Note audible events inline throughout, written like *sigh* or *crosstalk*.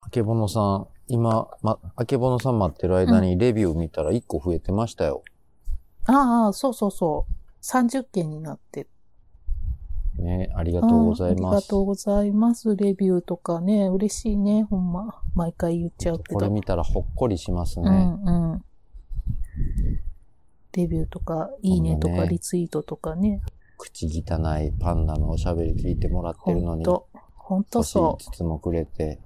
あけぼのさん、今、ま、あけぼのさん待ってる間にレビュー見たら1個増えてましたよ。ああ、そうそうそう。30件になって。ね、ありあがとうございありまがす。とうございます。レビューとかね、嬉しいね、ほんま。毎回言っちゃうけこれど。見たらほっこりしますうね。んうん。レビューとか、いいねとほんまか、ねリツイートとかね。口汚いパンダのおしゃべり聞いてもらってほるのんに、と。ほんと星そ5う。つもくれて。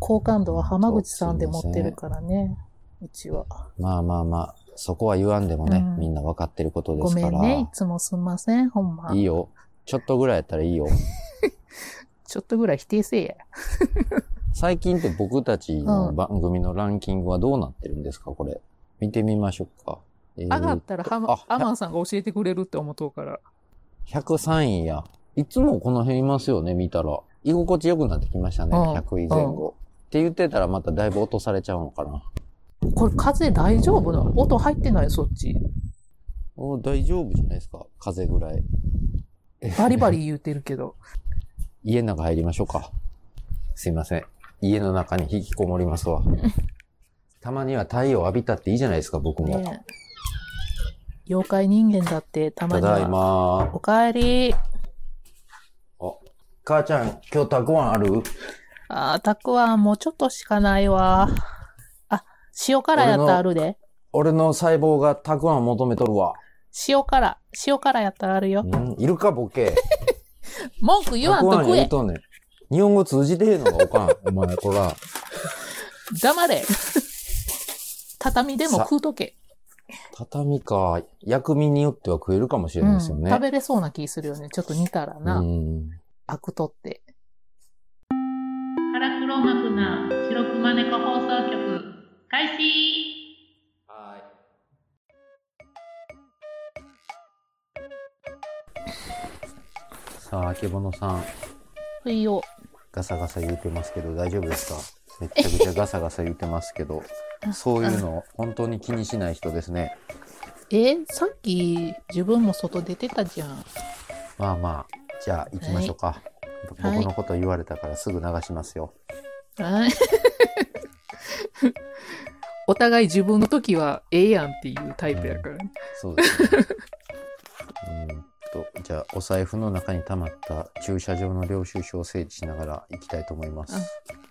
好感度は浜口さんで持ってるからね。うちは。まあまあまあ、そこは言わんでもね、うんみんな分かってることでごすめから。んね。いつもすんません。ほんまい。いよ。ちょっとぐらいやったらいいよ。ちょっとぐらい否定せえや。最近って僕たちうのん番組のランキングはどうなってるんですかこれ。見てみましょうか。えー上がったらハマあアマンさんが教えてくれるって思っとうから。 103位や。いつもこの辺いますよね、見たら。居心地良くなってきましたね、うん100位前後。って言ってたらまただいぶ落とされちゃうのかな。これ風大丈夫なの音入ってないそっち。お大丈夫じゃないですか風ぐらい。バリバリ言うてる *laughs* けど。家の中入りましょうか。すいません。家の中に引きこもり *laughs* ますわ。たまには太陽浴びたっていいじゃないですか、僕も。ねえ妖怪人間だってたまたにだいは。まおかえり。母ちゃん、今日たくあんあるあー、たくあんもうちょっとしかないわ。あ、塩辛やったらあるで。俺の細胞がたくあん求めとるわ。塩辛。塩辛やったらあるよ。うん、いるか、ボケ。文句言わたんくとあん食言うえ。とんねん。日本語通じてへんのか、おかん。お前、こら。黙 *laughs* れ。畳でも食うとけ。畳か、薬味によっては食えるかもしれないですようんね。食べれそうな気するよね。ちょっと似たらな。うん。アクトって。腹黒幕な白熊猫放送局開始さあ、あけぼのさん、いいよ。ガサガサ言うてますけど、大丈夫ですかめっちゃくちゃガサガサ言うてますけ *laughs* ど、そういうの、本当に気にしない人ですね。え、さっき自分も外出てたじゃん。まあまあ、じゃあ行きましょうか。僕はいのこと言われたからすぐ流しますよ。はい *laughs* お互い自分の時はええやんっていうタイプやからね。そうですね。うーんと、じゃあお財布の中に溜まった駐車場の領収書を整理しながら行きたいと思います。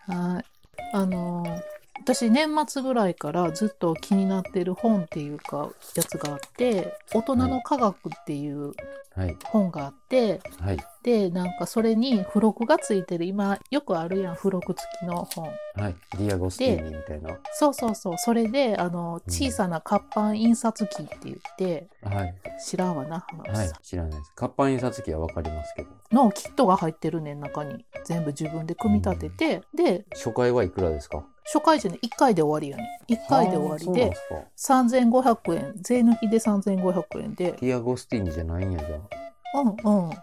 はい。あのー私年末ぐらいからずっと気になってる本っていうかやつがあって「大人の科学」っていうはい、本があってはい、でなんかそれに付録がついてる今よくあるやん付録付きの本はい。ディアゴスティーニみたいな。そうそうそうそれであのうん小さな活版印刷機って言ってはい、知らんわな浜口さはい。ん知らないです。活版印刷機はわかりますけど。のキットが入ってるねん中に全部自分で組み立てて、で初回はいくらですか初回じゃね1回で終わりやね1回で終わりあーでそうなんす3500円税抜きで3500円でかディアゴスティーニじゃないんやじゃあうんうんうー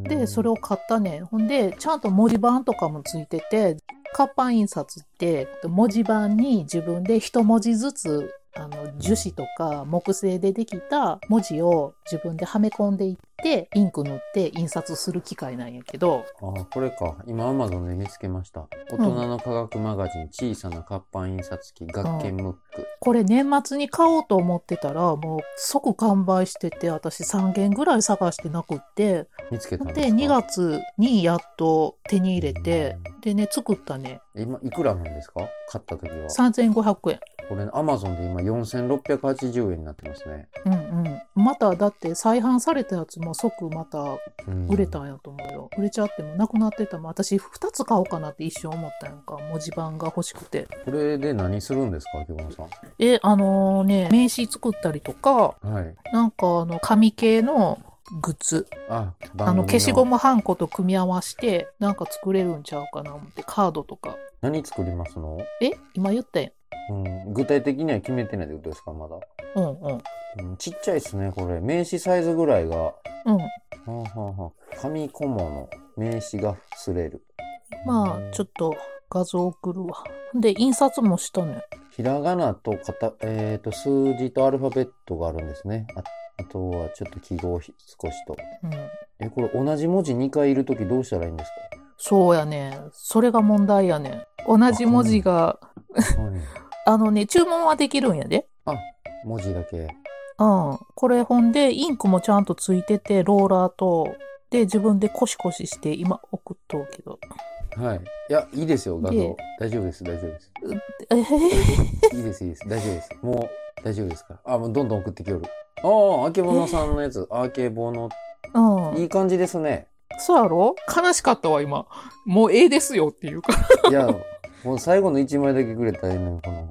んでそれを買ったねんほんでちゃんと文字盤とかもついてて活版印刷って文字盤に自分で一文字ずつあの樹脂とか木製でできた文字を自分ではめ込んでいってインク塗って印刷する機械なんやけどあーこれか今アマゾンで見つけました大人の科学マガジン小さな活版印刷機学研ムックこれ年末に買おうと思ってたらもう即完売してて私3軒ぐらい探してなくって見つけたんですでか2月にやっと手に入れてでね作ったね今いくらなんですか買った時は3500円これアマゾンで今4680円になってますね、うんうんまただって再販されたやつも即またうん売れたんやと思うよ売れちゃってもなくなってたもん私2つ買おうかなって一瞬思ったやんか文字盤が欲しくてこれで何するんですか秋葉えあのね名刺作ったりとかさんはいなんかあの紙系のグッズああ番組の消しゴムハンコと組み合わせてなんか作れるんちゃうかな思ってカードとか何作りますの、え今言ったやんうん、具体的には決めてないってことですかまだ、うんうんうん、ちっちゃいですねこれ名刺サイズぐらいがうんはあはあはあ紙小物名刺が擦れるまあちょっと画像送るわで印刷もしたのよひらがなとかた、えー、と数字とアルファベットがあるんですねああとはちょっと記号ひ少しとうんえこれ同じ文字2回いる時どうしたらいいんですそうやねんそれが問題やねん同じ文字が *laughs* はいあのね注文はできるんやで文字だけ。うんこれほんでインクもちゃんとついててローラーとで自分でコシコシして今送っとうけどはい。いや、いいですよ、画で像。大丈夫です、大丈夫です。えーいいです、いいです。大丈夫です。もう、大丈夫ですから。あ、もうどんどん送ってきよる。ああ、あけぼのさんのやつ。あけぼの。うんいい感じですね。そうやろ悲しかったわ、今。もうええですよっていうか。いや、もう最後の一枚だけくれたらええのよ、この。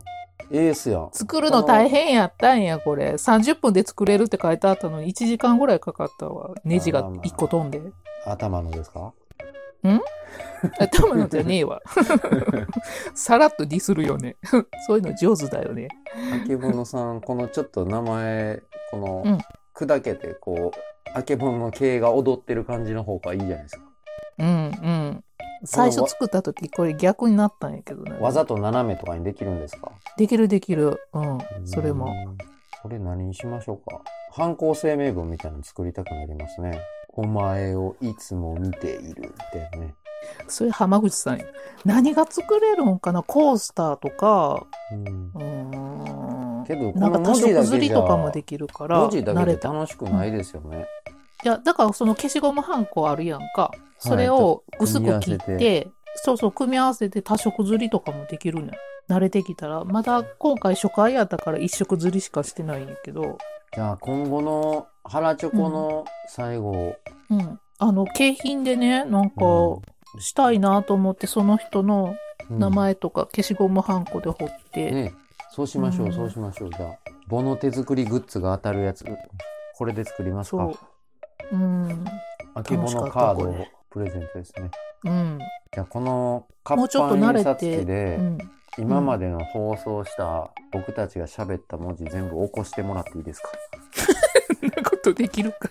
ええっすやん。作るの大変やったんや、これ。30分で作れるって書いてあったのに、1時間ぐらいかかったわ。ネジが1個飛んで。頭のですか *laughs* 頭なんじゃね *laughs* えわ。さらっとディスるよね。 *laughs* そういうの上手だよね。あけぼのさん、このちょっと名前、この、うん砕けて、こう、あけぼの系が踊ってる感じの方がいいじゃないですか。うんうん。最初作った時、これ逆になったんやけどね。わざと斜めとかにできるんですかできるできる。うん。それも。うん。これ何にしましょうか。反抗声明文みたいなの作りたくなりますね。お前をいつも見ているみたいなね。それ浜口さんや。何が作れるんかなコースターとか、うんう、ーん。けど、こなんかの多文字色だ刷けりじゃ、とかもできるから、文字だ慣けれでた。楽しくないですよね。いや、だからその消しゴムハンコあるやんか。それを薄く切っ組み合わせて、そうそう、組み合わせて多色刷りとかもできるねん。慣れてきたら、まだ今回初回やったから一色刷りしかしてないんやけど、じゃあ、今後の腹チョコの最後、うん。あの、景品でね、なんか、うんしたいなと思って、その人のうん名前とか消しゴムハンコで彫って、ね、そうしましょう、うんそうしましょう。じゃあ、ボの手作りグッズが当たるやつ、これで作りますそかう。。うん。あけぼのカードをプレゼントですね。うん。じゃあ、このカもうッちょパっとン慣印れ刷て、機で、うん。今までの放送した僕たちが喋った文字全部起こしてもらっていいですかそんなことできるか。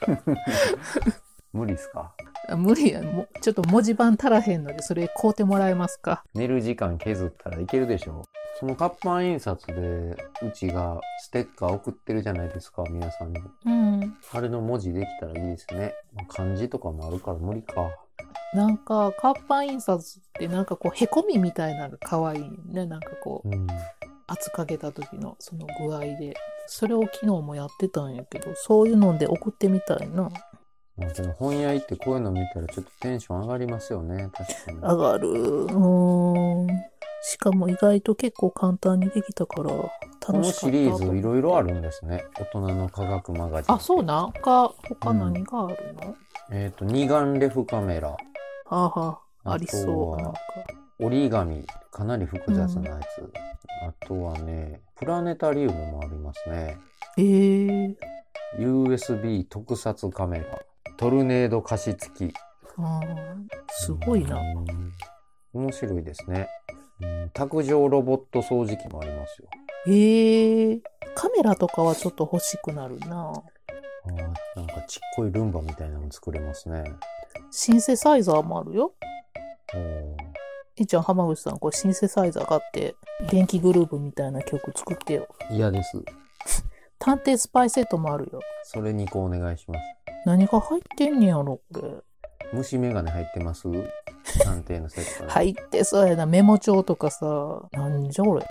*laughs* 無理ですかあ無理やもうちょっと文字盤足らへんのでそれ買うてもらえますか寝る時間削ったらいけるでしょその活版印刷でうちがステッカー送ってるじゃないですか皆さんにうんあれの文字できたらいいですねまあ漢字とかもあるから無理かなんか活版印刷ってなんかこうへこみみたいなのが可愛いねなんかこううん圧かけた時のその具合でそれを昨日もやってたんやけどそういうので送ってみたいなまあでも本屋行ってこういうの見たらちょっとテンション上がりますよね確か上がるうーんしかも意外と結構簡単にできたからにこ楽のしかシったリーズいろいろあるんですね大人の科学マガジンあそうなん他他何があるの、えっ、と二眼レフカメラはあはあありそうあとなんはか折り紙かなり複雑なやつ、あとはねプラネタリウムもありますねえー、 USB 特撮カメラトルネード加湿器あーすごいなうん面白いですね、うん卓上ロボット掃除機もありますよええカメラとかはちょっと欲しくなるな。あーなんかちっこいルンバみたいなの作れますねシンセサイザーもあるよ。おーえいちゃん、浜口さん、これシンセサイザー買って、電気グループみたいな曲作ってよ。嫌です探偵スパイセットもあるよ。それ2個お願いします何が入ってんねやろ、これ。虫眼鏡入ってます探偵のセットに入ってそうやな。メモ帳とかさ。なんじゃこれ。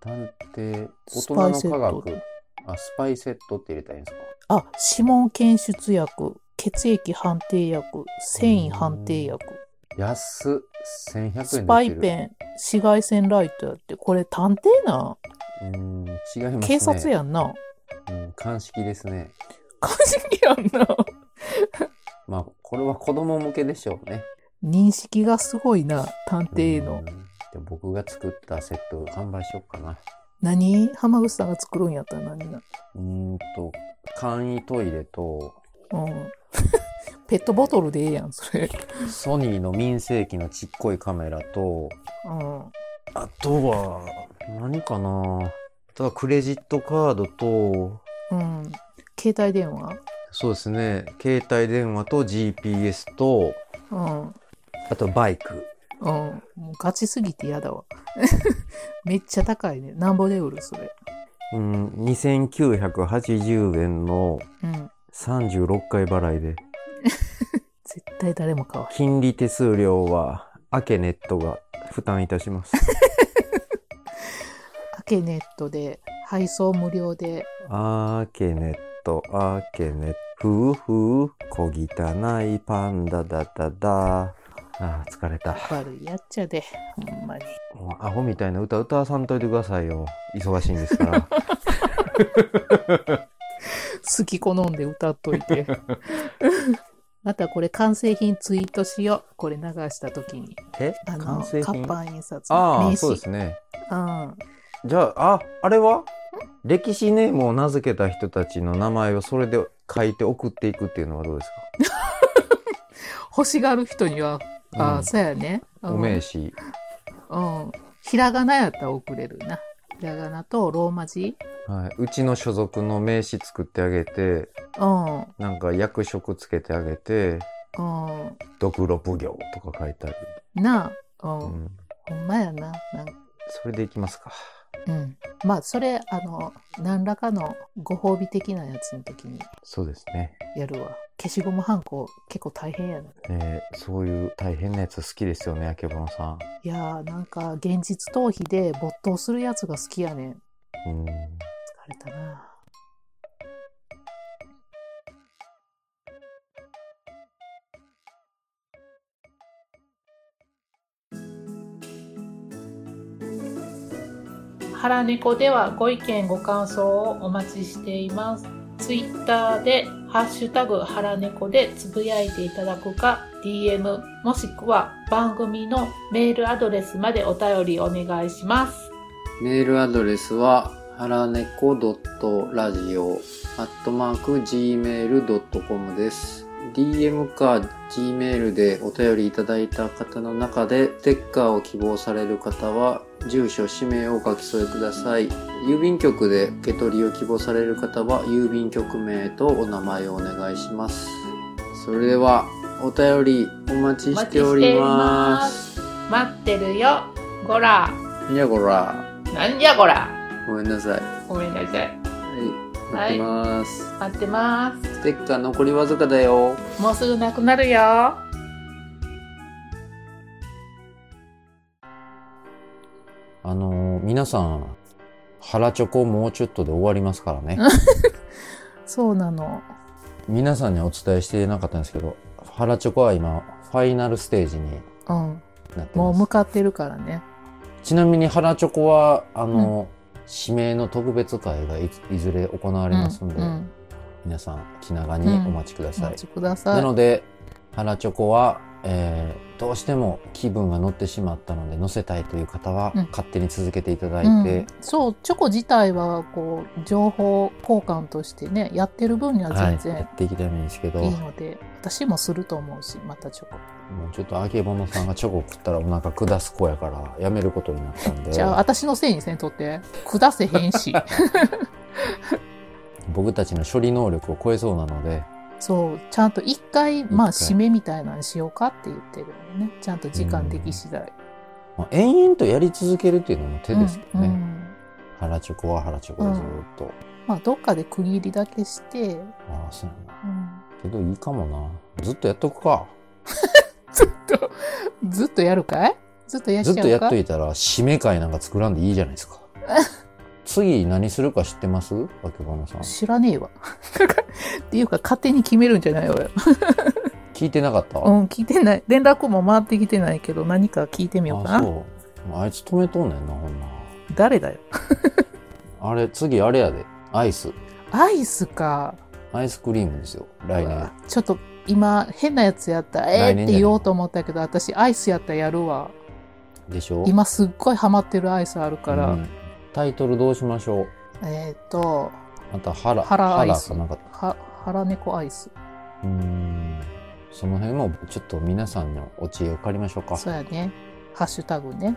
探偵大ス人パイのセッ科ト学あスパイセットって入れたらいいんですかあ、指紋検出薬、血液判定薬、繊維判定薬、安っ1100円で売ってるスパイペン、紫外線ライトやって。これ探偵な。うーん違いますね警察、やんな。うん、鑑識ですね感じやんな。まあこれは子供向けでしょうね認識がすごいな探偵へうのんで僕が作ったセットを販売しようかな何浜口さんが作るんやったら何がうーんと簡易トイレとうん *laughs* ペットボトルでええやんそれソニーの民生機のちっこいカメラとうんあとは何かなあとはクレジットカードとうん携帯電話そうですね携帯電話と GPS とうんうんあとバイクもうガチすぎて嫌だわ *laughs* めっちゃ高いねなんぼで売るそれうん2980円のうん36回払いで絶対誰も買わへん金利手数料はアケネットが負担いたします。 *laughs* アケネットで配送無料でアーケネット、アーケネット、ふうふう、小汚いパンダだだだ。あー疲れた。悪いやっちゃで、ほんまに。もうアホみたいな歌歌わさんといてくださいよ。忙しいんです *laughs* から。好き好んで歌っとい *laughs* て。またこれ完成品ツイートしよう。これ流した時に。えあの、完活成品版印刷のああ、名刺。そうですね。うん。じゃあ、あ、あれは歴史ネームを名付けた人たちの名前をそれで書いて送っていくっていうのはどうです欲しがる人には、かああ、そうやね。うん、お名刺。うん。うん。ひらがなやったら送れるな。ひらがなとローマ字。はい。うちの所属の名刺作ってあげて、うん。うん。なんか役職つけてあげて、独ロ奉行とか書いたり。なあ。う。うんん。ほんまやな。なんかそれでいきますか。うん。まあ、それ、あの、何らかのご褒美的なやつの時にそうですね。やるわ。消しゴムはんこ結構大変やな。えーそういう大変なやつ好きですよね、あけぼのさん。いやーなんか現実逃避で没頭するやつが好きやねん。疲うん。れたな。ハラネコではご意見ご感想をお待ちしています。ツイッターでハッシュタグハラネコでつぶやいていただくか、DM もしくは番組のメールアドレスまでお便りお願いします。メールアドレスは、はらねこ .radio、アットマーク、gmail.com です。DM か Gmail でお便りいただいた方の中で、ステッカーを希望される方は、住所、氏名をお書き添えください。郵便局で受け取りを希望される方は、郵便局名とお名前をお願いします。それでは、お便りお待ちしております。待ってるよゴラにゃごら。なんじゃゴラごめんなさい。ごめんなさいはい、待ってます。待ってますステッカー残りわずかだよ。もうすぐなくなるよあのー皆さん、腹チョコもうちょっとで終わります *laughs* からね。そうなの。皆さんにはお伝えしていなかったんですけど、腹チョコは今、ファイナルステージにうん。なってもまう向す。かってるからね。ちなみに腹チョコは、あの、指名の特別会がいいずれ行われますので、うんうん皆さん気長にお待ちくだおさい。待ちくださ。ないので、腹チョコは、えーどうしても気分が乗ってしまったので乗せたいという方は、うん勝手に続けていただいうんて、、そうチョコ自体はこう情報交換としてねやってる分にははい、全や然っていきたいんですけど、いいので、私もすると思うしまたチョコ、もうちょっとあけぼのさんがチョコ食ったらお腹下す子やからやめることになったんでじゃあ私のせいにせんとって下せへんし僕たちの処理能力を超えそうなのでそうちゃんと一回まあ一回締めみたいなのしようかって言ってるのねちゃんと時間でき次第、まあ延々とやり続けるっていうのも手ですけどね、うんうん腹チョコは腹チョコでずっと、まあどっかで区切りだけして、うんああそうやなけどいいかもなずっとやっとくかずっとずっとやるかいずっとやっちずゃうっかとやっといたら締め会なんか作らんでいいじゃないです *laughs* か次何するか知ってますあけぼのさん知らねえわ *laughs* っていうか勝手に決めるんじゃない俺聞いてなかった、うん、聞いてない。連絡も回ってきてないけど、何か聞いてみようかあな。そうあいつ止めとんねんなほんな誰だよ。あれ次あれやでアイスアイスか。アイスクリームですよ来うわ年ちょっと今、変なやつやったら、来年えーっじてゃない言おうと思ったけど、私、アイスやったらやるわ。でしょ今、すっごいハマってるアイスあるから。うんタイトルどうしましょうえーっと、また腹腹アイスかなんかは、腹猫アイス。うーんその辺もちょっと皆さんのお知恵を借りましょうかそうやね。ハッシュタグね。